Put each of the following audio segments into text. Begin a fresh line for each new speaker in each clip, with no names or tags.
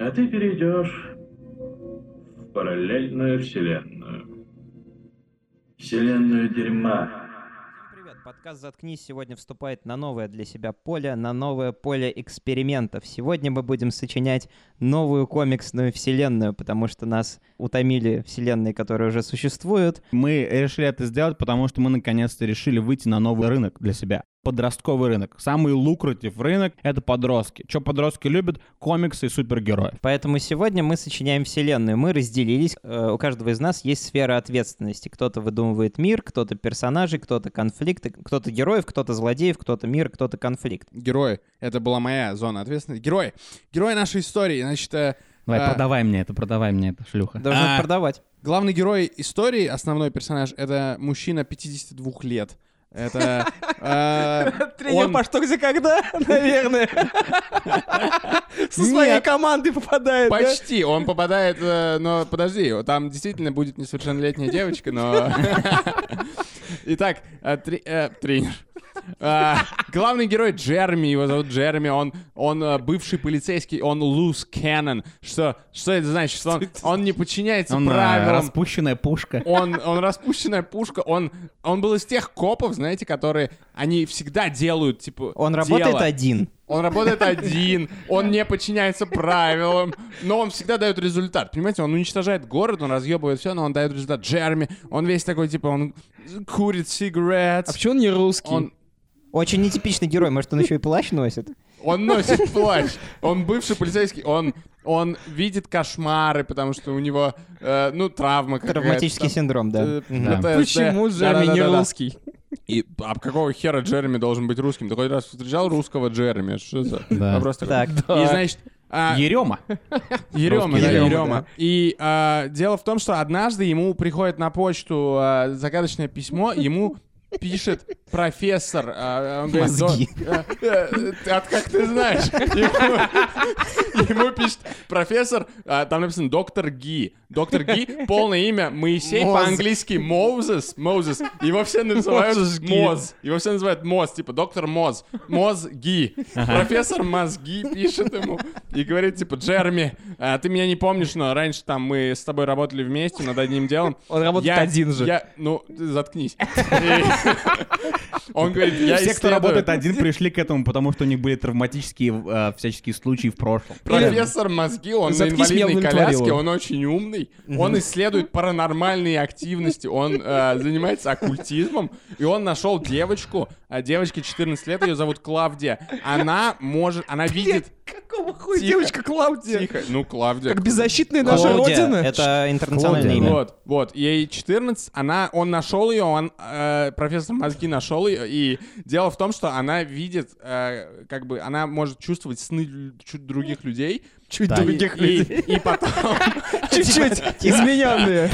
А ты перейдешь в параллельную вселенную. Вселенную дерьма.
Всем привет! Подкаст «Заткнись» сегодня вступает на новое для себя поле, на новое поле экспериментов. Сегодня мы будем сочинять новую комиксную вселенную, потому что нас утомили вселенные, которые уже существуют.
Мы решили это сделать, потому что мы наконец-то решили выйти на новый рынок для себя. Подростковый рынок. Самый лукратив рынок — это подростки. Что подростки любят? Комиксы и супергероев.
Поэтому сегодня мы сочиняем вселенную. Мы разделились. Э, У каждого из нас есть сфера ответственности. Кто-то выдумывает мир, кто-то персонажей, кто-то конфликты, кто-то героев, кто-то злодеев, кто-то мир, кто-то конфликт.
Герои. Это была моя зона ответственности. Герои. Герои нашей истории. Значит, э,
Давай,
А.
продавай мне это, продавай мне это, шлюха.
Должны
А.
продавать.
главный герой истории, основной персонаж, это мужчина 52 лет. Это... э, он-
Пашток за когда, наверное. Со своей
Нет.
командой попадает. да?
Почти, он попадает, э, но подожди, там действительно будет несовершеннолетняя девочка, но... Итак, э, тре- э, тренер. Э, Главный герой Джерми, его зовут Джерми, он, он э, бывший полицейский, он луз Cannon. Что, что это значит? Что он, он не подчиняется
Он, э,
правилам,
распущенная пушка.
он, он распущенная пушка, он, он был из тех копов, знаете, которые, они всегда делают, типа,
Он
дело.
работает один.
Он работает один, он не подчиняется правилам, но он всегда дает результат. Понимаете, он уничтожает город, он разъебывает все, но он дает результат. Джерми, он весь такой, типа, он курит сигарет.
А почему он не русский?
Он,
Очень нетипичный герой. Может, он еще и плащ носит?
он носит плащ. Он бывший полицейский. Он, он видит кошмары, потому что у него, э, ну, травма какая-то.
Травматический синдром, да.
Э,
Мгм.
ПТСД.
Почему Джерми не
Да-да-да-да.
русский?
И а какого хера Джереми должен быть русским? Ты хоть раз встречал русского Джереми? Что за
Да.
вопрос такой?
Так.
И значит, а,
Ерема.
Ерема,
Русский
да,
Ерема,
Ерема. И а, дело в том, что однажды ему приходит на почту а, загадочное письмо, ему пишет профессор. а, он говорит,
Мозги.
«До- э, э, ты- от- как ты знаешь? Ему, ему пишет профессор, а, там написано доктор Ги. Доктор Ги, полное имя Моисей,
Моз.
по-английски Моузес. Моузес. Его все называют Моз. Его все называют Моз, типа доктор Моз. Моз Ги. Профессор Мозги пишет ему и говорит, типа, Джерми, а, ты меня не помнишь, но раньше там мы с тобой работали вместе над одним делом.
Он работает
Я-
один же.
Я, ну, ты заткнись. И Он говорит, я
Все, кто
исследую».
работает один, пришли к этому, потому что у них были травматические э, всякие случаи в прошлом.
Профессор мозги, он на
Заткнись, меня
инвалидной
удовлетворило.
коляске, он очень умный, он исследует паранормальные активности, он э, занимается оккультизмом, и он нашел девочку, а девочке 14 лет, ее зовут Клавдия. Она может, она видит...
Какого хуя
Тихо,
девочка Клаудия?
Тихо, ну Клавдия.
Как беззащитная наша
Клаудия.
родина.
Это интернациональное
Клаудия,
имя.
Вот, вот, ей 14, она, он нашел ее, он, э, профессор мозги нашел ее, и дело в том, что она видит, э, как бы, она может чувствовать сны лю- чу- других людей,
Чуть
Да.
других
и,
людей.
и потом,
Чуть-чуть измененные.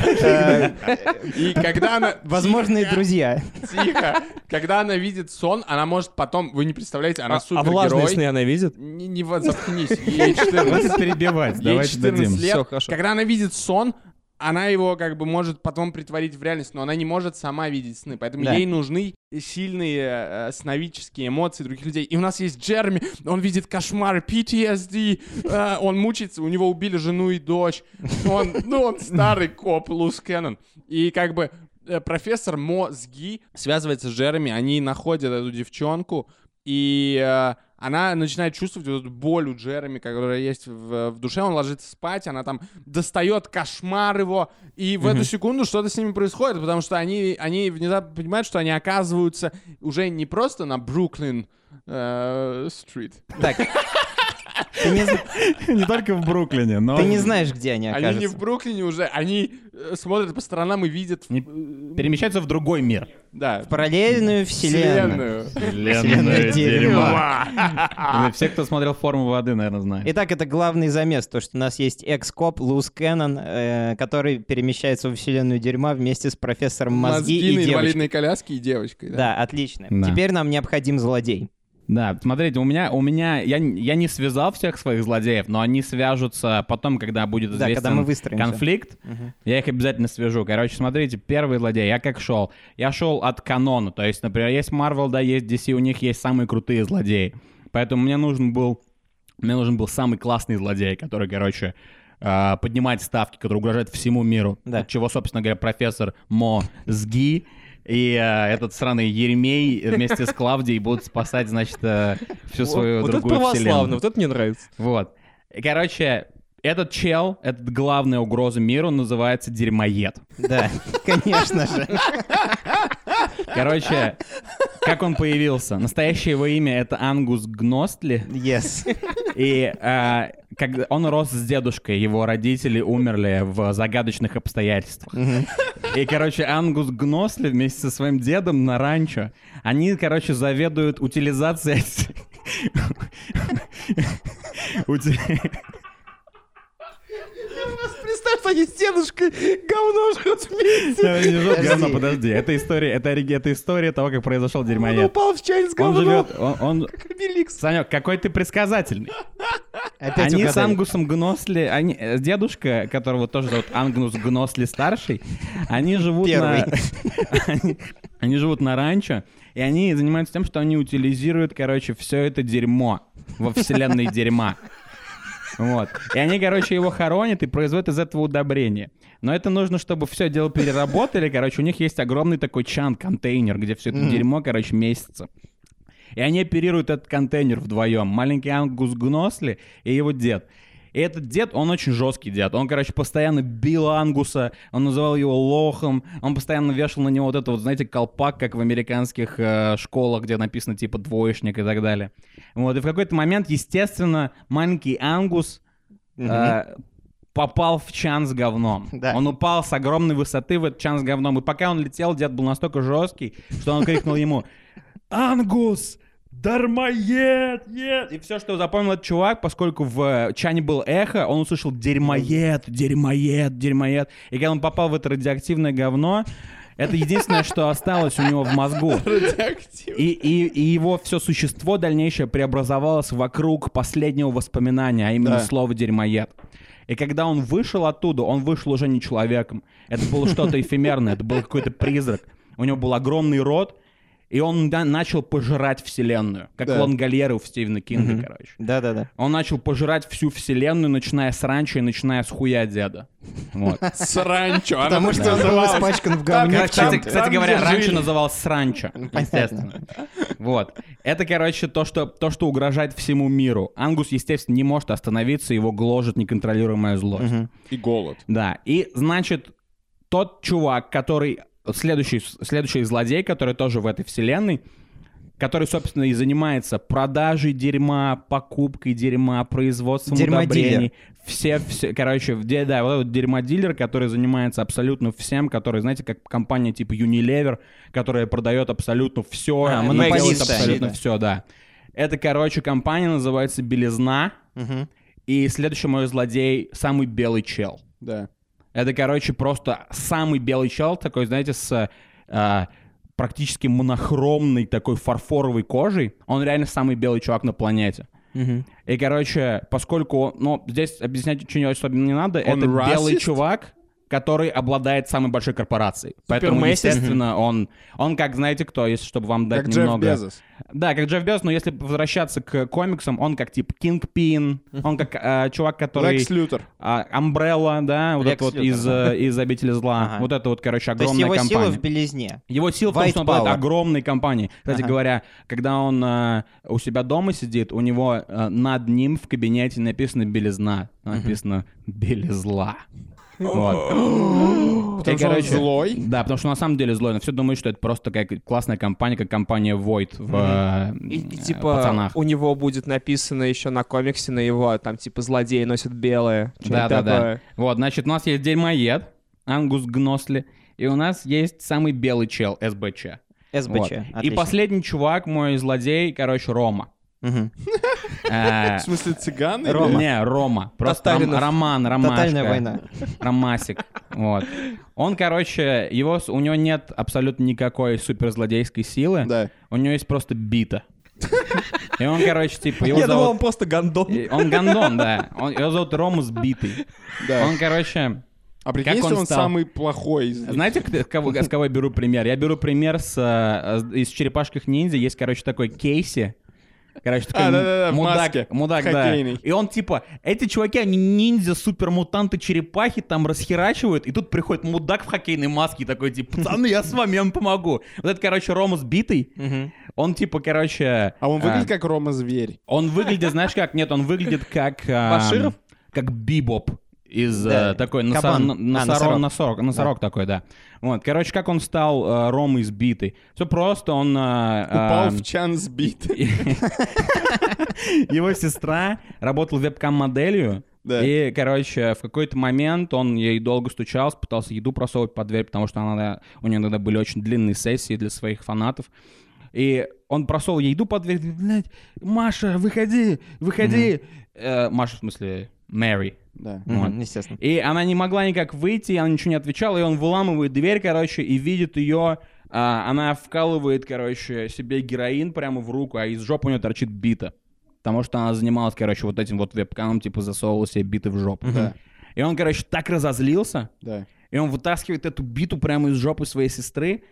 и когда она,
Э, Возможные друзья.
тихо, когда она видит сон, она может потом, вы не представляете, она
А влажные сны
супергерой,
она видит?
не, не вот, заткнись, ей 14,
Хватит перебивать,
Ей
давайте
14
дадим.
лет.
Всё, хорошо.
Когда она видит сон, она его как бы может потом притворить в реальность, но она не может сама видеть сны. Поэтому
Да.
ей нужны сильные э, сновидческие эмоции других людей. И у нас есть Джерми, он видит кошмары, PTSD, э, он мучается, у него убили жену и дочь. Он, ну, он старый коп Луз Кеннон. И как бы э, профессор Мозги связывается с Джереми, они находят эту девчонку, и э, она начинает чувствовать вот эту боль у Джереми, которая есть в, в душе. Он ложится спать, она там достает кошмар его. И в эту секунду что-то с ними происходит, потому что они, они внезапно понимают, что они оказываются уже не просто на Бруклин э, стрит.
Так. Ты не, зн-
Не только в Бруклине, но...
ты не знаешь, где они окажутся.
Они не в Бруклине уже, они э, смотрят по сторонам и видят
Не- Перемещаются в другой мир.
да,
Параллельную вселенную.
вселенную.
Вселенная дерьма.
Все, кто смотрел «Форму воды», наверное, знают.
Итак, это главный замес, то, что у нас есть экс-коп Луз Кеннон, э, который перемещается во вселенную дерьма вместе с профессором мозги,
на
и девочкой.
инвалидной коляске и девочкой. да.
Да, отлично.
Да.
Теперь нам необходим злодей.
Да, смотрите, у меня, у меня, я, н- я не связал всех своих злодеев, но они свяжутся потом, когда будет
Да,
известен
когда мы выстроимся.
конфликт.
Мгм.
Я их обязательно свяжу. Короче, смотрите, первый злодей, я как шел? Я шел от канона, то есть, например, есть Marvel, да, есть DC, у них есть самые крутые злодеи. Поэтому мне нужен был Мне нужен был самый классный злодей, который, короче, э, поднимает ставки, который угрожает всему миру.
Да.
От чего, собственно говоря, профессор Мозги и э, этот сраный Еремей вместе с Клавдией будут спасать, значит, э, всю свою
вот это
другую
православно,
вселенную.
вот это мне нравится.
Вот. И, Короче, этот чел, этот главная угроза миру называется дерьмоед.
Да, конечно же.
Короче, как он появился? Настоящее его имя это Ангус Гностли.
Yes.
И э, когда он рос с дедушкой, его родители умерли в загадочных обстоятельствах. И, короче, Ангус Гносли вместе со своим дедом на ранчо, они, короче, заведуют утилизацией... Ути-
Представь, что они с дедушкой говно жрут вместе.
Это не жопа, говно,
Подожди. Ну,
подожди. Это история, это, ориги- это история того, как произошел
Он
дерьмоед.
упал в чай с
Он
говном.
живет, он, он-
Обеликс.
Санек, какой ты предсказательный.
Опять
Они с
угадали.
Ангусом Гносли, они, э, дедушка, которого тоже зовут Ангус Гносли старший, они живут на, они, они живут на ранчо, и они занимаются тем, что они утилизируют, короче, все это дерьмо во вселенной дерьма. Вот. И они, короче, его хоронят и производят из этого удобрение. Но это нужно, чтобы все дело переработали. Короче, у них есть огромный такой чан, контейнер, где все это дерьмо, короче, месяца. И они оперируют этот контейнер вдвоем. Маленький Ангус Гносли и его дед. И этот дед, он очень жесткий дед. Он, короче, постоянно бил Ангуса, он называл его лохом, он постоянно вешал на него вот это вот, знаете, колпак, как в американских э, школах, где написано типа двоечник и так далее. Вот, и в какой-то момент, естественно, маленький Ангус
Мгм.
э, попал в чан с говном.
Да.
Он упал с огромной высоты в этот чан с говном. И пока он летел, дед был настолько жесткий, что он крикнул ему «Ангус!» Дармоед! Ед! И все, что запомнил этот чувак, поскольку в э, чане был эхо, он услышал дерьмоед, дерьмоед, дерьмоед. И когда он попал в это радиоактивное говно, это единственное, что осталось у него в мозгу.
Радиоактив.
И, и- и его все существо дальнейшее преобразовалось вокруг последнего воспоминания, а именно
Да.
слова «дерьмоед». И когда он вышел оттуда, он вышел уже не человеком. Это было что-то эфемерное, это был какой-то призрак. У него был огромный рот, и он да, начал пожирать вселенную, как
Да.
лонгольеры у Стивена Кинга, короче.
Да-да-да.
Он начал пожирать всю вселенную, начиная с ранчо и начиная с хуя деда. Вот.
Сранчо. она
Потому
так
что он был
называлась.
испачкан в говне.
Там,
в
Кстати,
чем-то.
кстати
там,
говоря,
где
раньше
жили.
называлось сранчо,
понятно.
естественно. Вот. Это, короче, то что, то, что угрожает всему миру. Ангус, естественно, не может остановиться, его гложет неконтролируемая злость.
Мгм.
И голод.
Да, и, значит, тот чувак, который... Следующий, следующий злодей, который тоже в этой вселенной, который, собственно, и занимается продажей дерьма, покупкой дерьма, производством
Дерьмодилер.
удобрений. Все, все, короче, в де- да, вот этот дерьмодилер, который занимается абсолютно всем, который, знаете, как компания типа Unilever, которая продает абсолютно все,
А,
она
монополисты они,
абсолютно
да.
все, да. Это, короче, компания называется Белизна,
Мгм.
и следующий мой злодей — самый белый чел.
Да.
Это, короче, просто самый белый чел, такой, знаете, с э, практически монохромной такой фарфоровой кожей. Он реально самый белый чувак на планете.
Мгм.
И, короче, поскольку, ну, здесь объяснять ничего особенно не надо,
Он
это белый
расист?
чувак, который обладает самой большой корпорацией. Поэтому,
Супермейсист?
естественно, он, он как, знаете кто, если чтобы вам дать
Как Джефф
немного...
Безос.
Да, как Джефф Безос, но если возвращаться к комиксам, он как типа Кинг Пин, он как э, чувак, который...
Лекс Лютер.
А, Umbrella, да, вот
Lex
это вот
Luthor,
из,
да.
э, из «Обители зла».
Ага.
Вот это вот, короче,
То есть
огромная
его сила
компания.
в белизне.
Его сила в том,
White
что он обладает
power.
огромной компанией. Кстати
Ага.
говоря, когда он э, у себя дома сидит, у него э, над ним в кабинете написано «белизна». Написано «белизла». Вот.
Потому
И,
что он
короче,
злой.
Да, потому что на самом деле злой, но все думают, что это просто такая классная компания, как компания Void в э,
И, и,
э,
типа,
пацанах.
у него будет написано еще на комиксе на его, там, типа, злодеи носят белые.
Да, да, да. Вот, значит, у нас есть дерьмоед, Ангус Гносли, и у нас есть самый белый чел, СБЧ. Вот.
СБЧ.
И
Отлично.
последний чувак, мой злодей, короче, Рома.
Мгм.
Э,
В смысле, цыган? или-
Рома.
Не, Рома. Просто Ром-
Татаринов.
Роман, Ромашка.
Тотальная война.
Ромасик. Вот. Он, короче, его, с- у него нет абсолютно никакой суперзлодейской силы.
Да.
У него есть просто бита. И он, короче, типа, его
Я думал, он
зовут...
просто гандон.
и- Он гандон, да. Он- Его зовут Рома с битой.
Да.
Он, короче,
А прикинь,
Как он
если он
стал?
самый плохой из них.
Знаете, кто- с кого, с кого я беру пример? Я беру пример с, э, с- из «Черепашках ниндзя». Есть, короче, такой Кейси, Короче, такой
А, да-да-да, в маске
мудак, мудак, да.
хоккейной.
И он типа, эти чуваки, они ниндзя, супермутанты, черепахи там расхерачивают, и тут приходит мудак в хоккейной маске и такой, типа, пацаны, я с вами, я вам помогу. Вот это, короче, Рома сбитый, он типа, короче...
А он
а,
выглядит как Рома-зверь.
он выглядит, знаешь как? Нет, он выглядит как... а,
Баширов?
Как бибоп из
Да,
э, такой носо-
кабан.
н-
А,
носорог,
носорог.
носорог, носорог такой, да. Вот, короче, как он стал э, Ромой сбитый. Все просто, он... э,
Упал
э,
в чан сбитый.
Его сестра работала вебкам-моделью.
Да.
И, короче, в какой-то момент он ей долго стучался, пытался еду просовывать под дверь, потому что она, у нее тогда были очень длинные сессии для своих фанатов. И он просовывал ей еду под дверь, говорит, блядь, Маша, выходи, выходи. Э, Маша, в смысле, Мэри.
Да.
Мгм, Естественно.
И она не могла никак выйти, она ничего не отвечала, и он выламывает дверь, короче, и видит ее. а, она вкалывает, короче, себе героин прямо в руку, а из жопы у нее торчит бита. Потому что она занималась, короче, вот этим вот вебкамом, типа засовывала себе биты в жопу.
Да.
И он, короче, так разозлился,
Да.
и он вытаскивает эту биту прямо из жопы своей сестры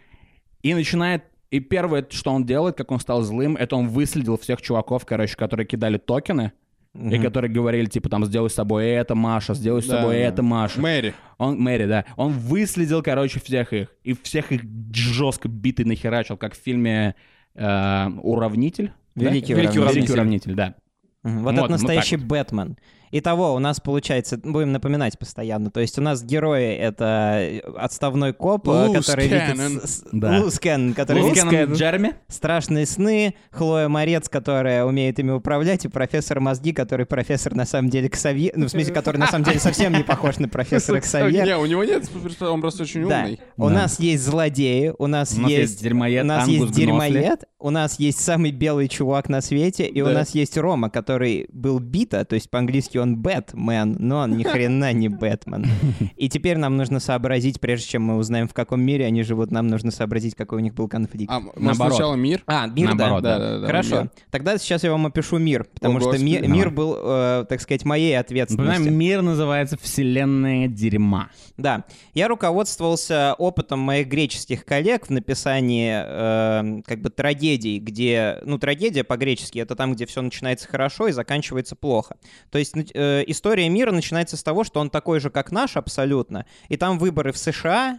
и начинает... И первое, что он делает, как он стал злым, это он выследил всех чуваков, короче, которые кидали токены, и
Мгм.
которые говорили, типа, там, сделай с собой это, Маша, сделай с
Да,
собой
да.
это, Маша.
Мэри.
Он, Мэри, да. Он выследил, короче, всех их. И всех их жестко битый нахерачил, как в фильме э, «Уравнитель». да?
Великий
Великий
уравнитель.
«Великий уравнитель», да.
Мгм,
Вот,
Вот это
ну, так
настоящий Бэтмен. Итого, у нас получается, будем напоминать постоянно, то есть у нас герои — это э, отставной коп, э,
Луз
который
Кеннон.
видит... с- с-
Да.
Луз Кеннон, который
Луз
видит
Кеннон Джерми.
страшные сны, Хлоя Морец, которая умеет ими управлять, и профессор Мозги, который профессор на самом деле Ксавье... Ну, в смысле, который на самом деле совсем не похож на профессора Ксавье.
Не, у него нет, суперспособностей, он просто очень
Да.
умный.
У
Да.
нас есть злодеи, у нас
У нас есть
есть...
дерьмоед
У нас
Ангус
есть
Гносли.
дерьмоед, у нас есть самый белый чувак на свете, и у
Да.
нас есть Рома, который был бита, то есть по-английски он Бэтмен, но он ни хрена не Бэтмен. И теперь нам нужно сообразить, прежде чем мы узнаем, в каком мире они живут, нам нужно сообразить, какой у них был конфликт.
А, может,
Наоборот.
сначала мир?
А, мир, да.
Наоборот, да.
Да-да-да,
Хорошо.
э, мир.
Тогда сейчас я вам опишу мир, потому
О,
что ми-
Господи.
мир
Давай.
был, э, так сказать, моей ответственностью.
Напоминаем, мир называется «Вселенная дерьма».
Да. Я руководствовался опытом моих греческих коллег в написании э, как бы трагедий, где... Ну, трагедия по-гречески — это там, где все начинается хорошо и заканчивается плохо. То есть нач- э, история мира начинается с того, что он такой же, как наш абсолютно, и там выборы в США,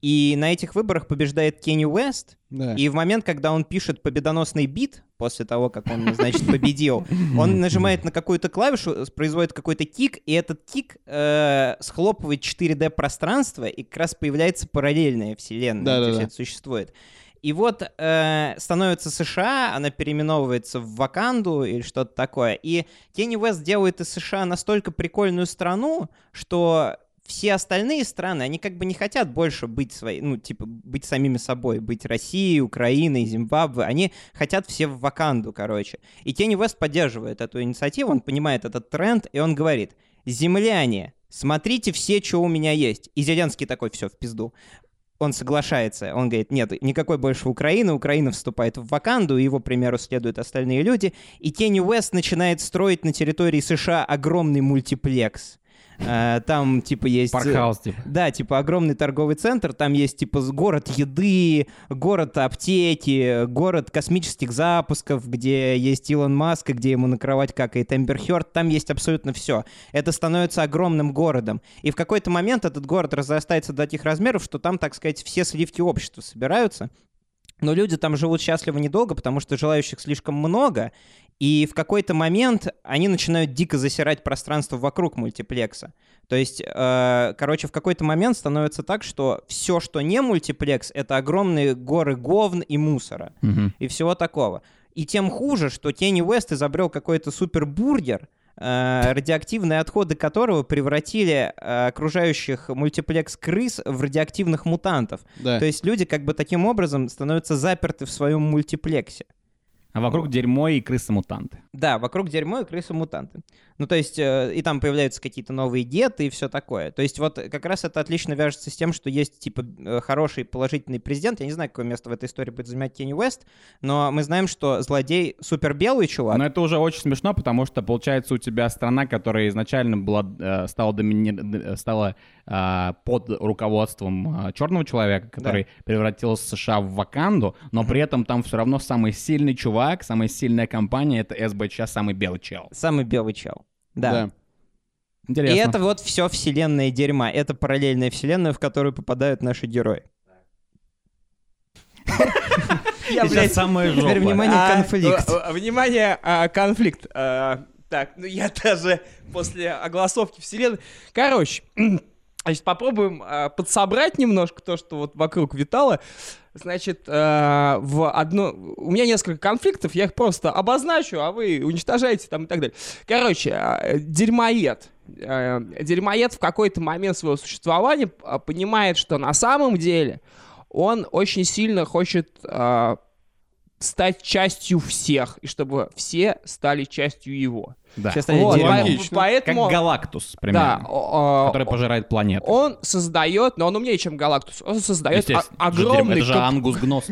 и на этих выборах побеждает Кенни Уэст,
Да.
и в момент, когда он пишет победоносный бит, после того, как он, значит, победил, он нажимает на какую-то клавишу, с- производит какой-то кик, и этот кик э, схлопывает 4D-пространство, и как раз появляется параллельная вселенная, где
Да-да-да.
всё это существует. И вот э, становится США, она переименовывается в Ваканду или что-то такое. И Кенни Уэст делает из США настолько прикольную страну, что все остальные страны, они как бы не хотят больше быть своей, ну, типа, быть самими собой, быть Россией, Украиной, Зимбабве. Они хотят все в Ваканду, короче. И Кенни Уэст поддерживает эту инициативу, он понимает этот тренд, и он говорит, земляне, смотрите все, что у меня есть. И Зеленский такой, все, в пизду. Он соглашается, он говорит, нет, никакой больше Украины, Украина вступает в Ваканду, и его примеру следуют остальные люди, и Кенни Уэст начинает строить на территории США огромный мультиплекс. Э, Там, типа, есть...
Паркхаус, типа.
Да, типа огромный торговый центр, там есть типа с- город еды, город аптеки, город космических запусков, где есть Илон Маск, и где ему на кровать какает Эмбер Хёрд, там есть абсолютно все. Это становится огромным городом. И в какой-то момент этот город разрастается до таких размеров, что там, так сказать, все сливки общества собираются. Но люди там живут счастливо недолго, потому что желающих слишком много, и в какой-то момент они начинают дико засирать пространство вокруг мультиплекса. То есть, э, короче, в какой-то момент становится так, что все, что не мультиплекс, это огромные горы говн и мусора
Мгм.
и всего такого. И тем хуже, что Кенни Уэст изобрел какой-то супербургер, э, радиоактивные отходы которого превратили э, окружающих мультиплекс-крыс в радиоактивных мутантов.
Да.
То есть люди как бы таким образом становятся заперты в своем мультиплексе.
А вокруг дерьмо и крысы-мутанты.
Да, вокруг дерьмо и крысы-мутанты. Ну, то есть, э, и там появляются какие-то новые геты и все такое. То есть, вот как раз это отлично вяжется с тем, что есть, типа, э, хороший положительный президент. Я не знаю, какое место в этой истории будет занимать Кенни Уэст, но мы знаем, что злодей супербелый чувак.
Но это уже очень смешно, потому что, получается, у тебя страна, которая изначально была, э, стала, домини- д- э, стала э, под руководством а, черного человека, который превратился в США в Ваканду, но при этом там все равно самый сильный чувак, самая сильная компания — это СБЧ, самый белый чел.
Самый белый чел. Да. И
Интересно.
это вот все вселенная дерьма. Это параллельная вселенная, в которую попадают наши герои. Я,
Сейчас
блядь,
самая жопа.
теперь внимание,
А,
конфликт.
в- в- Внимание, а, конфликт. А, Так, ну я даже после огласовки вселенной... Короче, значит, попробуем а, подсобрать немножко то, что вот вокруг витало. Значит, а, в одно... У меня несколько конфликтов, я их просто обозначу, а вы уничтожаете там и так далее. Короче, а, дерьмоед. Э, Дерьмоед в какой-то момент своего существования а, понимает, что на самом деле он очень сильно хочет а, стать частью всех, и чтобы все стали частью его.
Да.
Сейчас станет
Вот,
дерьмо.
по-
Логично.
Как
поэтому...
Галактус,
да,
примерно,
о- о-
который пожирает планету.
он создает, но он умнее, чем Галактус, он создает о-
Естественно.
огромный,
Это же
кап-
Ангус Гнос.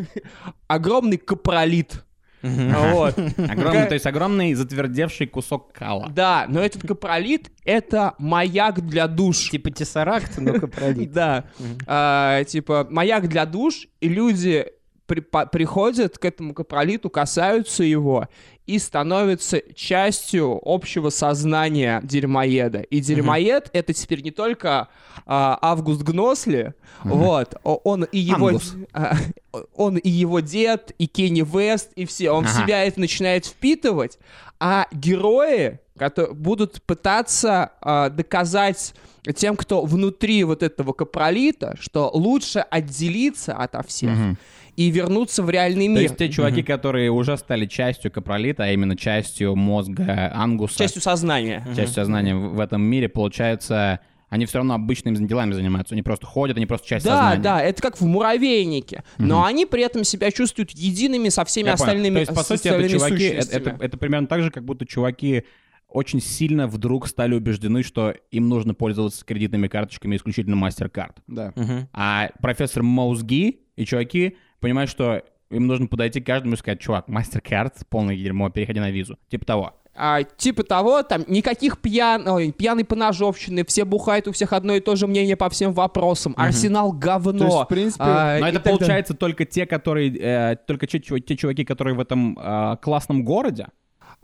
огромный капролит. Вот.
Огромный, то есть огромный затвердевший кусок кала.
Да, но этот капролит — это маяк для душ.
Типа тессаракт, ну-ка пройди.
Да. А, Типа маяк для душ, и люди при- по- приходят к этому капролиту, касаются его и становятся частью общего сознания дерьмоеда. И дерьмоед — это теперь не только а, Август Гносли, вот, о- он и его...
Ангус.
а, он и его дед, и Кенни Вест, и все. Он в
Ага.
себя это начинает впитывать, а герои которые будут пытаться а, доказать тем, кто внутри вот этого капролита, что лучше отделиться ото всех
Мгм.
и вернуться в реальный
То
мир.
есть те чуваки, которые уже стали частью капролита, а именно частью мозга Ангуса,
Частью сознания.
частью сознания в в этом мире, получается, они все равно обычными делами занимаются. Они просто ходят, они просто часть
Да,
сознания.
да, это как в муравейнике. Но они при этом себя чувствуют едиными со всеми
Я понял.
остальными
То есть, по
с
сути, это
остальными
чуваки, э, это,
сущностями.
это- это примерно так же, как будто чуваки очень сильно вдруг стали убеждены, что им нужно пользоваться кредитными карточками исключительно MasterCard.
Да.
Мгм.
А профессор Моузги и чуваки понимают, что им нужно подойти к каждому и сказать, чувак, MasterCard, полное дерьмо, переходи на визу. Типа того.
А, типа того, там никаких пьян, ой, пьяной поножовщины, все бухают, у всех одно и то же мнение по всем вопросам. Арсенал говно.
То есть, в принципе,
А,
Но
и
это
так далее.
получается только те, которые, э, только те, чу- те чуваки, которые в этом э, классном городе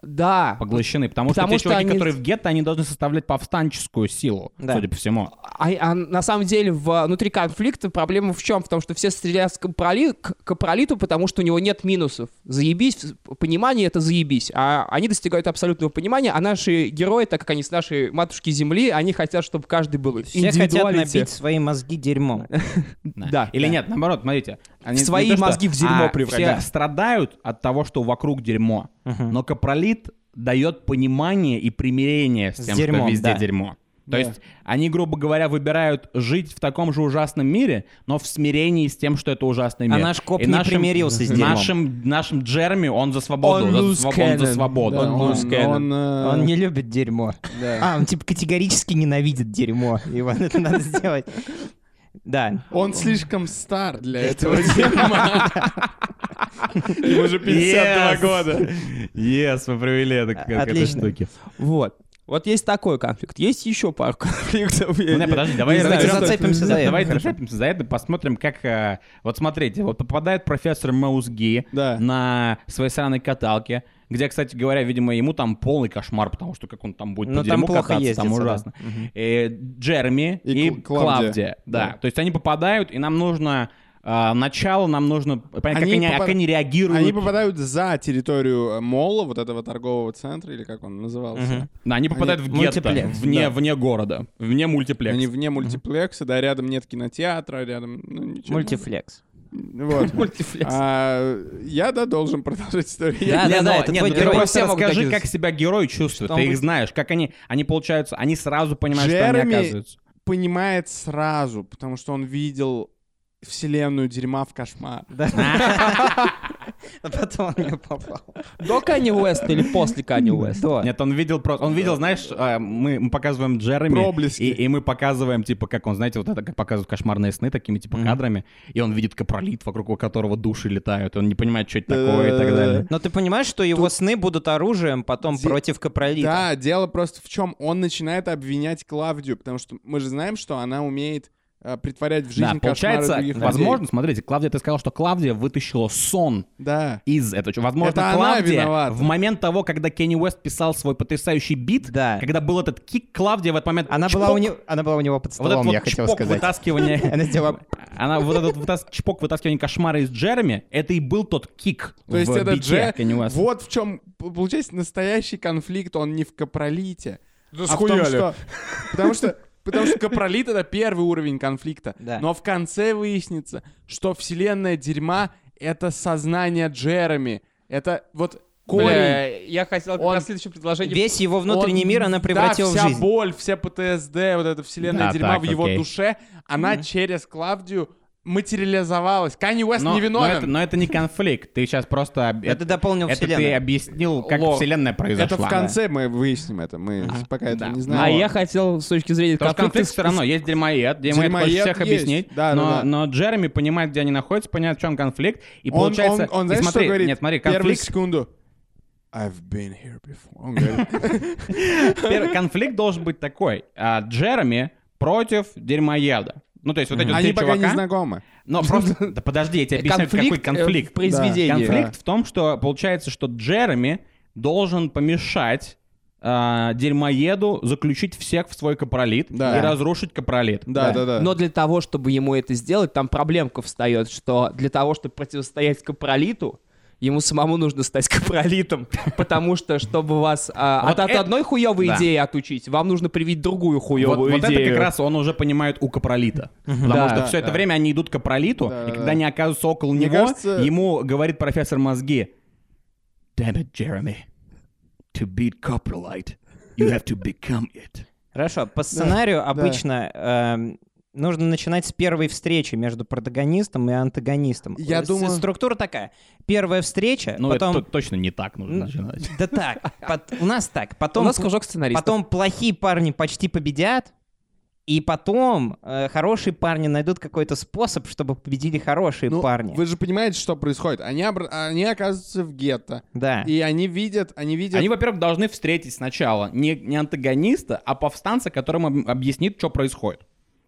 Да.
поглощены, потому,
Потому
что те
что
чуваки,
они-
которые в гетто, они должны составлять повстанческую силу,
Да.
судя по всему.
А, а на самом деле в- а, внутри конфликта проблема в чем? В том, что все стреляют с капроли- к капролиту, потому что у него нет минусов. Заебись, понимание — это заебись. А они достигают абсолютного понимания, а наши герои, так как они с нашей матушки Земли, они хотят, чтобы каждый был
Все хотят
индивидуалити.
набить свои мозги дерьмом.
Да.
Или
Да.
нет, наоборот, смотрите. они не
свои
то, что-
мозги в дерьмо
а,
превратят.
Все страдают от того, что вокруг дерьмо. Но капролит дает понимание и примирение с
С
тем,
дерьмом,
что везде
да.
дерьмо. То есть они, грубо говоря, выбирают жить в таком же ужасном мире, но в смирении с тем, что это ужасный мир.
А наш коп
И
не примирился с дерьмом.
Нашим, нашим Джерми он за свободу.
Он
за
loose
своб- он за
cannon.
свободу.
Да,
Он-
он, он, э,
Он не любит дерьмо.
да.
А, он типа категорически ненавидит дерьмо. Иван, это надо сделать. Да.
Он слишком стар для этого дерьма. Ему уже 52
Yes.
года.
Yes, вы привели это к, к этой
Отлично.
штуке.
Вот. Вот есть такой конфликт. Есть еще пара конфликтов. Я
Ну, не,
не-
подожди, давай
не знаю,
давай-
что-
зацепимся за это,
Давай
хорошо.
зацепимся за это, посмотрим, как... э, Вот смотрите, вот попадает профессор Маузги
Да.
на своей сраной каталке, где, кстати говоря, видимо, ему там полный кошмар, потому что как он там будет
Ну,
по
там
дерьму
плохо
кататься, там
ездится, да.
ужасно. Э, Джерми
И
и,
Кл- Клавдия.
Клавдия. Да. то есть они попадают, и нам нужно... э, начало нам нужно понять, как
Они
они,
попад-
как они реагируют.
Они попадают за территорию э, молла, вот этого торгового центра, или как он назывался.
Да, они попадают в гетто,
Мультиплекс,
вне,
да.
вне города, вне мультиплекса.
Они вне мультиплекса, да, рядом нет кинотеатра, рядом... ну, ничего. Ну,
Мультифлекс.
Вот. А, Я, да, должен продолжить историю.
Да,
Не,
да, да,
но-
это
нет,
твой
ну ты
герой.
просто
Все могут
расскажи,
такие-
как себя герой чувствует.
Что он
Ты их
будет-
знаешь, как они, они получаются, они сразу понимают, что они
Джереми-
оказываются.
понимает сразу, потому что он видел вселенную дерьма в кошмар.
А потом он не попал.
До Канни Уэста или после Канни Уэста?
Да.
Нет, он видел просто, он видел, знаешь, э, мы мы показываем Джереми,
Проблески.
и, и мы показываем, типа, как он, знаете, вот это, как показывают кошмарные сны такими, типа, кадрами, и он видит капролит, вокруг которого души летают, и он не понимает, что это такое и так далее.
Но ты понимаешь, что его сны будут оружием потом
Ди-
против Капролита?
Да, дело просто в чем он начинает обвинять Клавдию, потому что мы же знаем, что она умеет э, притворять в жизнь
Да,
кошмары
получается,
других людей.
возможно, смотрите, Клавдия, ты сказал, что Клавдия вытащила сон
Да.
из этого. Возможно,
Это она
Клавдия
виновата.
в момент того, когда Кенни Уэст писал свой потрясающий бит,
Да.
когда был этот кик, Клавдия в этот момент
А. Она была, у
чпок,
него, она была у него под
вот этот
столом,
вот
я хотел
чпок
сказать.
вытаскивание,
Она сделала...
она вот этот вытас- чпок вытаскивания кошмара из Джереми, это и был тот кик
То есть
в
это
бите
Дже...
Кенни Уэста.
Вот в чем, получается, настоящий конфликт, он не в капролите.
Да
а в том, что- Потому что... Потому что капролит — это первый уровень конфликта.
Да.
Но в конце выяснится, что вселенная дерьма — это сознание Джереми. Это вот корень.
Бля, я хотел как
Он-
раз следующее предложение.
Весь его внутренний
Он-
мир она превратила
да,
в
вся
жизнь.
боль, вся ПТСД, вот эта вселенная
Да,
дерьма
так,
в его
окей.
душе, она через Клавдию материализовалась. Канни Уэст
Но,
не
но,
виновен.
это, но это не конфликт, ты сейчас просто... об-
Это дополнил
это ты
вселенную.
объяснил, как
Лор.
вселенная
Это
произошла.
в конце мы выясним это. Мы пока этого не знаем.
А я хотел с точки зрения
Потому что конфликт
конфликта
все равно. Есть дерьмоед, дерьмоед
Дерьмоед
хочет всех
есть,
объяснить,
да, да,
но,
да.
но Джереми понимает, где они находятся, понимает, в чем конфликт, и
Он-
получается...
он, он,
и
знаешь,
смотри,
что говорит?
Нет, смотри,
Первую
конфликт,
секунду. I've been here before. Он говорит,
пер- конфликт должен быть такой. А, Джереми против дерьмоеда. Ну, то есть вот эти вот
Они
три
пока не
чувака,
знакомы.
Но просто... Да подожди, я тебе объясню, какой
Конфликт, э,
конфликт.
в произведении.
Да. Конфликт
Да.
в том, что получается, что Джереми должен помешать а, дерьмоеду заключить всех в свой капролит
Да.
и разрушить капролит.
Да, да, да.
Но для того, чтобы ему это сделать, там проблемка встает, что для того, чтобы противостоять капролиту, ему самому нужно стать капролитом, потому что, чтобы вас а,
Вот
от, от
это-
одной хуевой
Да.
идеи отучить, вам нужно привить другую
Вот,
хуевую
вот
идею.
это как раз он уже понимает у Капролита. Потому
Да,
что
да,
все это время они идут к Капролиту,
Да,
и
да,
когда
да.
они оказываются около
Мне
него,
кажется-
ему говорит профессор мозги. Damn it, Jeremy. To beat Coprolite, you have to become it.
Хорошо, по сценарию обычно эм, нужно начинать с первой встречи между протагонистом и антагонистом.
Я
С-
думаю-
Структура такая. Первая встреча,
Ну,
потом...
это то- точно не так нужно
Ну,
начинать.
Да так, пот- у нас так.
У
Потом
нас кружок сценаристов.
Потом плохие парни почти победят, и потом э, хорошие парни найдут какой-то способ, чтобы победили хорошие
Ну,
парни.
Вы же понимаете, что происходит. Они, обра- они оказываются в гетто.
Да.
И они видят, они видят...
Они, во-первых, должны встретить сначала не, не антагониста, а повстанца, которому об- объяснит, что происходит.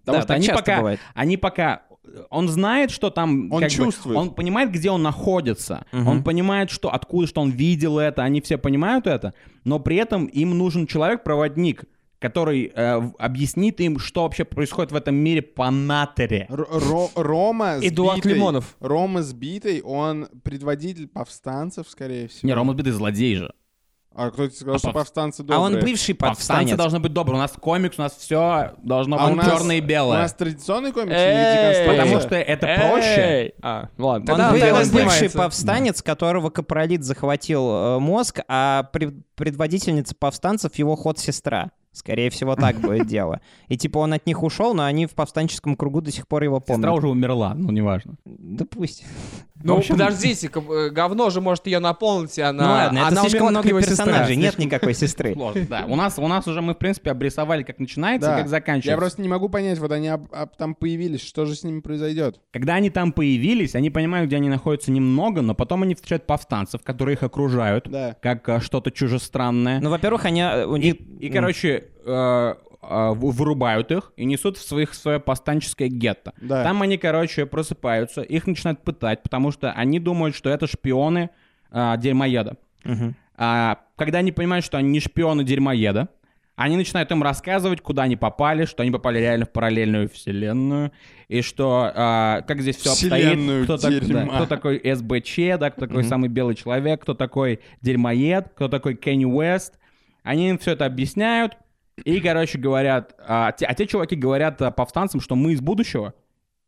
Потому
Да,
что
так
они
часто
пока,
бывает.
они пока, он знает, что там,
Он
как бы,
чувствует.
он понимает, где он находится,
Мгм.
он понимает, что откуда, что он видел это, они все понимают это, но при этом им нужен человек-проводник, который э, в- объяснит им, что вообще происходит в этом мире по натере.
Р- Ро- Рома сбитый...
Эдуард Лимонов.
Рома сбитый, он предводитель повстанцев, скорее всего.
Не, Рома Сбитый злодей же.
А кто тебе сказал,
А
что
повс-
повстанцы
а
добрые?
он бывший
Повстанцы
повстанец.
должны быть добрые. У нас комикс, у нас все должно
А у
быть
нас-
черное и белое.
У нас традиционный комикс или
Эй!
деконструкция?
Потому что это проще.
Эй! А, ну ладно.
Он,
Тогда,
был-
тогда
он бывший
снимается.
повстанец, которого капролит захватил э, мозг, а пред- предводительница повстанцев его ход сестра. Скорее всего, так будет дело. И типа он от них ушел, но они в повстанческом кругу до сих пор его
Сестра
помнят.
уже умерла, ну неважно.
Да пусть.
Ну,
В общем-
подождите, как бы, э, говно же может ее наполнить, и она...
Ну ладно, это
она
слишком
умерла,
много
как его сестра.
персонажей, нет никакой сестры.
Сложно, да. У нас, у нас уже мы, в принципе, обрисовали, как начинается
Да.
и как заканчивается.
Я просто не могу понять, вот они об- об- там появились, что же с ними произойдет?
Когда они там появились, они понимают, где они находятся немного, но потом они встречают повстанцев, которые их окружают,
Да.
как э, что-то чужестранное.
Ну, во-первых, они... э, у
и,
них-
и, короче, э, э, в- вырубают их и несут в своих в свое повстанческое гетто.
Да.
Там они, короче, просыпаются, их начинают пытать, потому что они думают, что это шпионы э, дерьмоеда.
Мгм.
А, когда они понимают, что они не шпионы дерьмоеда, они начинают им рассказывать, куда они попали, что они попали реально в параллельную вселенную, и что а, как здесь все
Вселенную
обстоит, кто, так-
дерьма.
да, кто такой СБЧ, да, кто такой
Мгм.
самый белый человек, кто такой дерьмоед, кто такой Кенни Уэст. Они им все это объясняют, и, короче, говорят, а те, а те чуваки говорят а, повстанцам, что мы из будущего,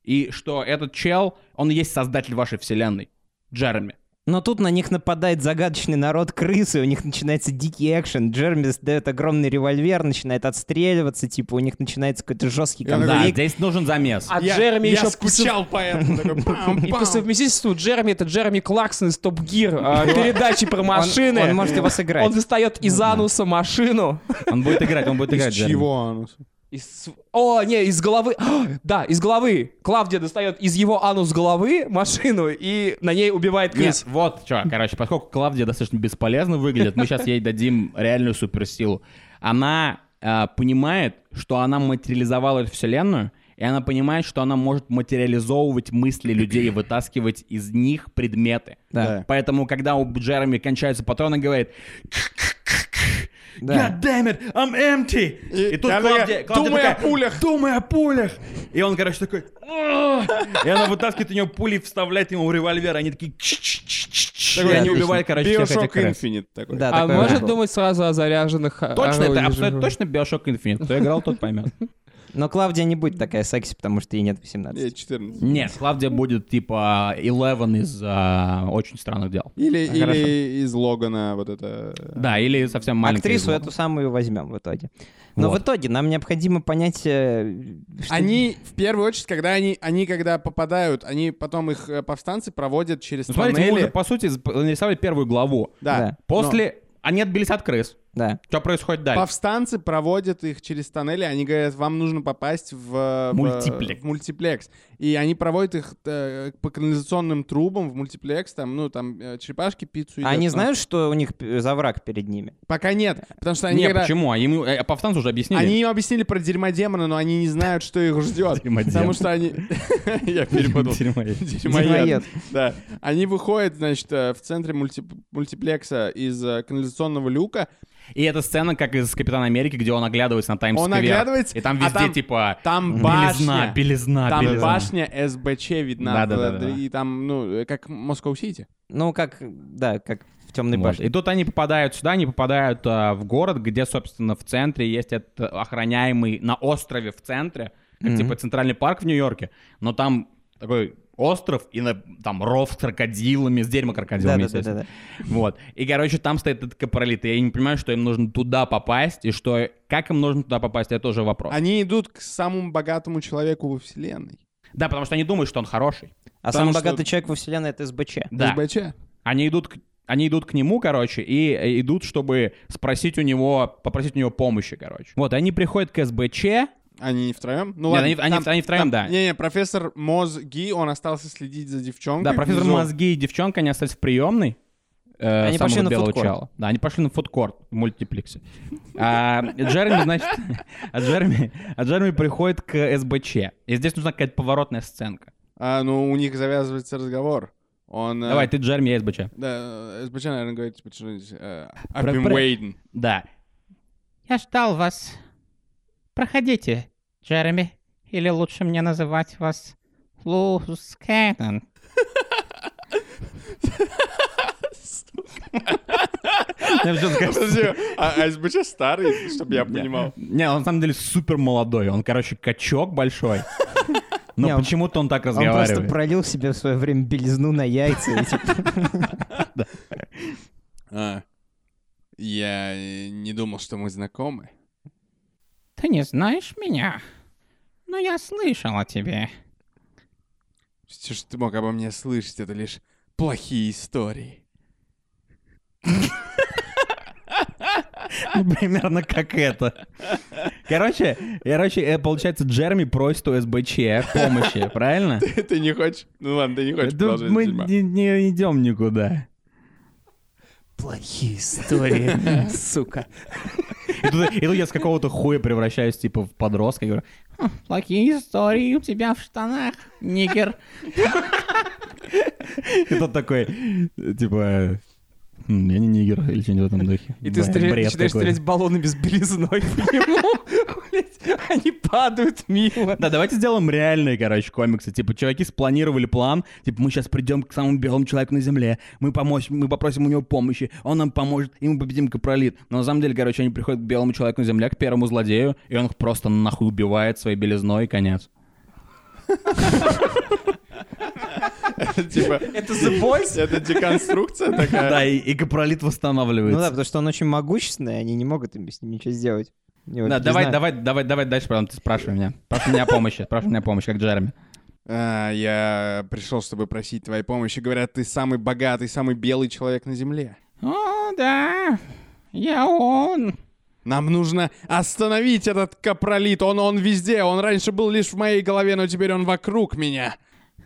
и что этот чел, он и есть создатель вашей вселенной, Джереми.
Но тут на них нападает загадочный народ крысы, у них начинается дикий экшен. Джерми дает огромный револьвер, начинает отстреливаться, типа у них начинается какой-то жесткий
Я такой,
Да,
конфликт.
здесь нужен замес.
А Джереми еще
по этому. такой пам,
И
пам.
по совместительству Джереми это Джереми Клаксон из Топ Гир. э, Передачи про машины.
он может его сыграть.
Он достает из ануса машину.
Он будет играть, он будет
Из
играть. Джереми.
чего анус?
Из- О, не, из головы. Да, из головы. Клавдия достает из его анус головы машину и на ней убивает
Нет,
крыс.
вот что, короче, поскольку Клавдия достаточно бесполезно выглядит, мы сейчас ей дадим реальную суперсилу. Она э, понимает, что она материализовала эту вселенную, И она понимает, что она может материализовывать мысли людей и вытаскивать из них предметы.
Да.
Поэтому, когда у Джереми кончаются патроны, говорит... God damn it, I'm empty! И, тут
она
Клавдия,
такая,
Клавдия
«Думай о
такая,
пулях».
Думай о пулях! И он, короче, такой... «Ах!» И она вытаскивает у него пули, вставляет ему в револьвер, и они такие... «Чш-чш-чш-чш».
Такой
И они
отлично.
убивают, короче, всех
Биошок
этих раз.
Инфинит такой.
Да,
А
такое
может
было.
думать сразу о заряженных о-
Точно, это
орудиях
абсолютно
живых?
точно Биошок Инфинит. Кто играл, тот поймет.
Но Клавдия не будет такая секси, потому что ей нет
Э,
18.
14.
Нет, Клавдия будет типа 11 из а, очень странных дел.
Или,
Хорошо.
или из Логана вот это...
Да, или совсем маленькая.
Актрису
из-
эту самую возьмем в итоге. Но
Вот.
в итоге нам необходимо понять, э, что...
Они, в первую очередь, когда они, они когда попадают, они потом их э, повстанцы проводят через
Ну, смотрите, мы уже,
тоннели.
по сути, зап- нарисовали первую главу.
Да.
После они отбились от крыс.
Да.
Что происходит
Но
дальше?
Повстанцы проводят их через тоннели, они говорят, вам нужно попасть в, в-
Мультиплекс.
в мультиплекс. И они проводят их э, по канализационным трубам в мультиплекс, там, ну, там, э, черепашки пиццу
А
едят,
они
но-
знают, что у них п- заврак перед ними?
Пока нет, потому что они
Не,
когда-
почему? А им, э, повстанцы уже объяснили.
Они им объяснили про дерьмодемона, но они не знают, что их ждет.
Дерьмодемон.
Потому что они... Я перепутал.
Дерьмоед.
Дерьмоед.
Дерьмоед.
Да. Они выходят, значит, э, в центре мульти- мультиплекса из э, канализационного люка.
И эта сцена, как из Капитана Америки, где он оглядывается на Таймс
Он
Сквер.
оглядывается,
И там
а
везде
там-
типа
Там
белизна,
башня.
белизна,
Там
А, белизна.
башня СБЧ видна.
Да-да-да-да.
И там, ну, э, как Москва-Сити.
Ну, как, да, как в темной
Вот.
башне.
типа, И тут они попадают сюда, они попадают а, в город, где, собственно, в центре есть этот охраняемый на острове в центре, как,
Мгм.
типа центральный парк в Нью-Йорке, но там такой остров и на- там ров с крокодилами, с дерьма крокодилами, естественно.
Да-да-да-да.
Вот. И, короче, там стоит этот капролит, и я не понимаю, что им нужно туда попасть, и что... Как им нужно туда попасть, это тоже вопрос.
Они идут к самому богатому человеку во вселенной.
Да, потому что они думают, что он хороший.
А самый
что-
богатый человек во вселенной — это СБЧ.
Да.
СБЧ.
Они идут, к- они идут к нему, короче, и э, идут, чтобы спросить у него, попросить у него помощи, короче. Вот, они приходят к СБЧ,
Они не втроем? Ну
Нет,
ладно.
они- они
там-
в- они втроем,
там-
да.
Не-не, профессор Мозги, он остался следить за девчонкой.
Да, профессор
внизу.
мозги и девчонка, они остались в приемной. э,
Они
самого
пошли на
белого
фудкорт.
чела. Да, они пошли на фудкорт в мультиплексе. А, Джереми, значит, а Джереми, а Джереми приходит к СБЧ. И здесь нужна какая-то поворотная сценка.
А, ну, у них завязывается разговор. Он... э,
Давай, ты Джереми, я СБЧ.
Да, СБЧ, наверное, говорит, типа, что-нибудь... э, I've
Про-
been
про-
waiting.
Да.
Я ждал вас. Проходите, Джереми. Или лучше мне называть вас Луз Кэнон.
Я всё скажу.
Подожди, а а СБЧ старый, чтобы я понимал.
Не, он на самом деле супер молодой. Он, короче, качок большой.
Не,
Но
он-
почему-то он так
Он просто
разговаривает.
пролил себе в свое время белизну на яйца. и типа-
А, Я э, не думал, что мы знакомы.
Ты не знаешь меня, но я слышал о тебе.
Все, что ты мог обо мне слышать, это лишь плохие истории.
Ну, Примерно как это. Короче, короче, э, получается, Джерми просит у СБЧ помощи, правильно?
Ты не хочешь? Ну ладно, ты не хочешь
Да
продолжать
мы
дерьма.
не, не идем никуда.
Плохие истории, сука.
И тут, и тут я с какого-то хуя превращаюсь, типа, в подростка и говорю,
Хм, Плохие истории у тебя в штанах, нигер.
и тот такой, э, типа, «М, я не нигер или что-нибудь в этом духе.
И ты
Бля,
стрель-
бред
начинаешь
какой.
стрелять баллонами с белизной по нему. Блядь, Они падают мимо.
Да, давайте сделаем реальные, короче, комиксы. Типа, чуваки спланировали план. Типа, мы сейчас придем к самому белому человеку на земле. Мы помочь, мы попросим у него помощи. Он нам поможет, и мы победим Капролит. Но на самом деле, короче, они приходят к белому человеку на земле, к первому злодею, и он их просто нахуй убивает своей белизной, и конец.
Типа,
Это The Boys?
это деконструкция такая.
Да, и, и Капролит
а- Ну да,
восстанавливается.
потому что он очень могущественный, они не могут им с ним ничего сделать. Мне вот
Да,
не
давай,
знаю.
давай, давай, давай дальше, потом ты спрашивай меня. Спрашивай меня о помощи, спрашивай меня о помощи, как Джереми.
А, я пришел, чтобы просить твоей помощи. Говорят, ты самый богатый, самый белый человек на земле.
О, да, я он.
Нам нужно остановить этот капролит. Он, он везде. Он раньше был лишь в моей голове, но теперь он вокруг меня.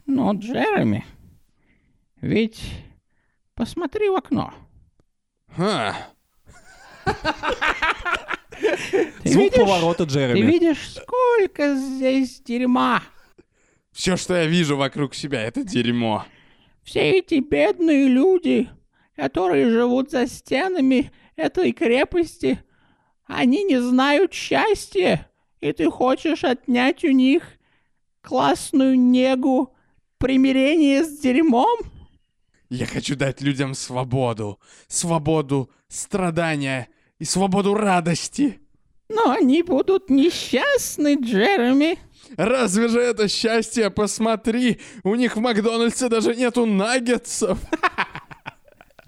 Но, Джереми, ведь посмотри в окно.
Ха.
Ты
Звук
видишь-
поворота
Ты
Джереми.
видишь, ско- Сколько здесь дерьма!
Все, что я вижу вокруг себя, это дерьмо.
Все эти бедные люди, которые живут за стенами этой крепости, они не знают счастья, и ты хочешь отнять у них классную негу, примирение с дерьмом?
Я хочу дать людям свободу. Свободу страдания и свободу радости.
Но они будут несчастны, Джереми.
Разве же это счастье? Посмотри, у них в Макдональдсе даже нету наггетсов.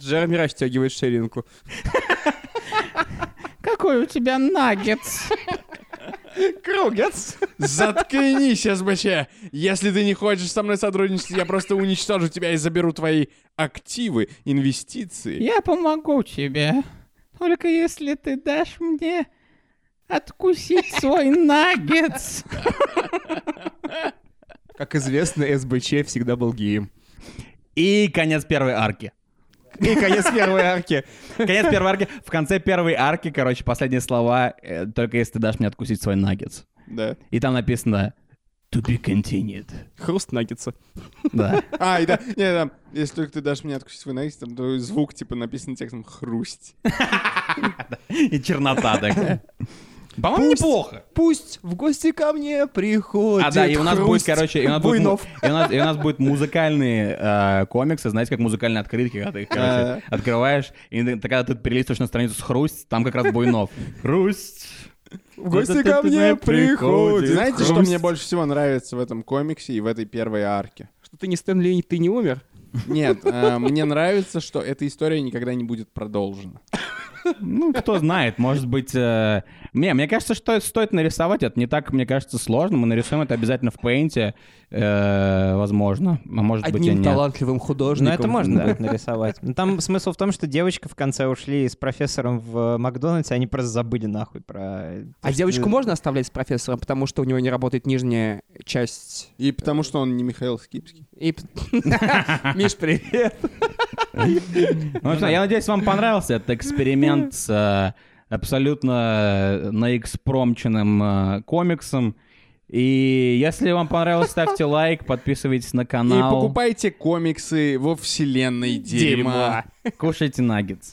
Джерми растягивает ширинку.
Какой у тебя наггетс?
Кругец.
Заткнись, СБЧ! Если ты не хочешь со мной сотрудничать, я просто уничтожу тебя и заберу твои активы, инвестиции.
Я помогу тебе. Только если ты дашь мне откусить свой наггетс.
Как известно, СБЧ всегда был геем.
И конец первой арки.
И конец первой арки.
Конец первой арки. В конце первой арки, короче, последние слова. э, Только если ты дашь мне откусить свой наггетс.
Да.
И там написано To be continued.
Хруст наггетса.
Да.
А, и да, не, там, если только ты дашь мне откусить свой наггетс, там то звук, типа, написан текстом «хрусть».
И чернота такая.
По-моему, неплохо. Пусть в гости ко мне приходит
А, да, и у нас будет,
хруст
короче, и у нас будет, му-
буйнов.
и у нас, и у нас будут музыкальные э, комиксы, знаете, как музыкальные открытки, когда ты их, короче, открываешь, и ты- когда ты перелистываешь на страницу с хрусть, там как раз буйнов. Хрусть.
В гости ко мне приходит.
Знаете, что мне больше всего нравится в этом комиксе и в этой первой арке?
Что ты не Стэнли, и ты не умер?
Нет, э, мне нравится, что эта история никогда не будет продолжена.
Ну, кто знает, может быть... э, Не, мне кажется, что это стоит нарисовать. Это не так, мне кажется, сложно. Мы нарисуем это обязательно в пейнте, э, возможно. А может быть, и
Одним
нет.
талантливым
Ну,
художником. А
это можно будет нарисовать. Ну, Там смысл в том, что девочка в конце ушли с профессором в э, Макдональдсе, они просто забыли нахуй про... то,
А
что-
девочку можно оставлять с профессором, потому что у него не работает нижняя часть.
И потому что он не Михаил Скипский.
И... Миш, привет.
Ну, что, я надеюсь, вам понравился этот эксперимент с э, абсолютно э, наэкспромченным э, комиксом. И если вам понравилось, ставьте лайк, подписывайтесь на
И
канал,
покупайте комиксы во вселенной дерьма.
Дерьма.
кушайте наггетсы.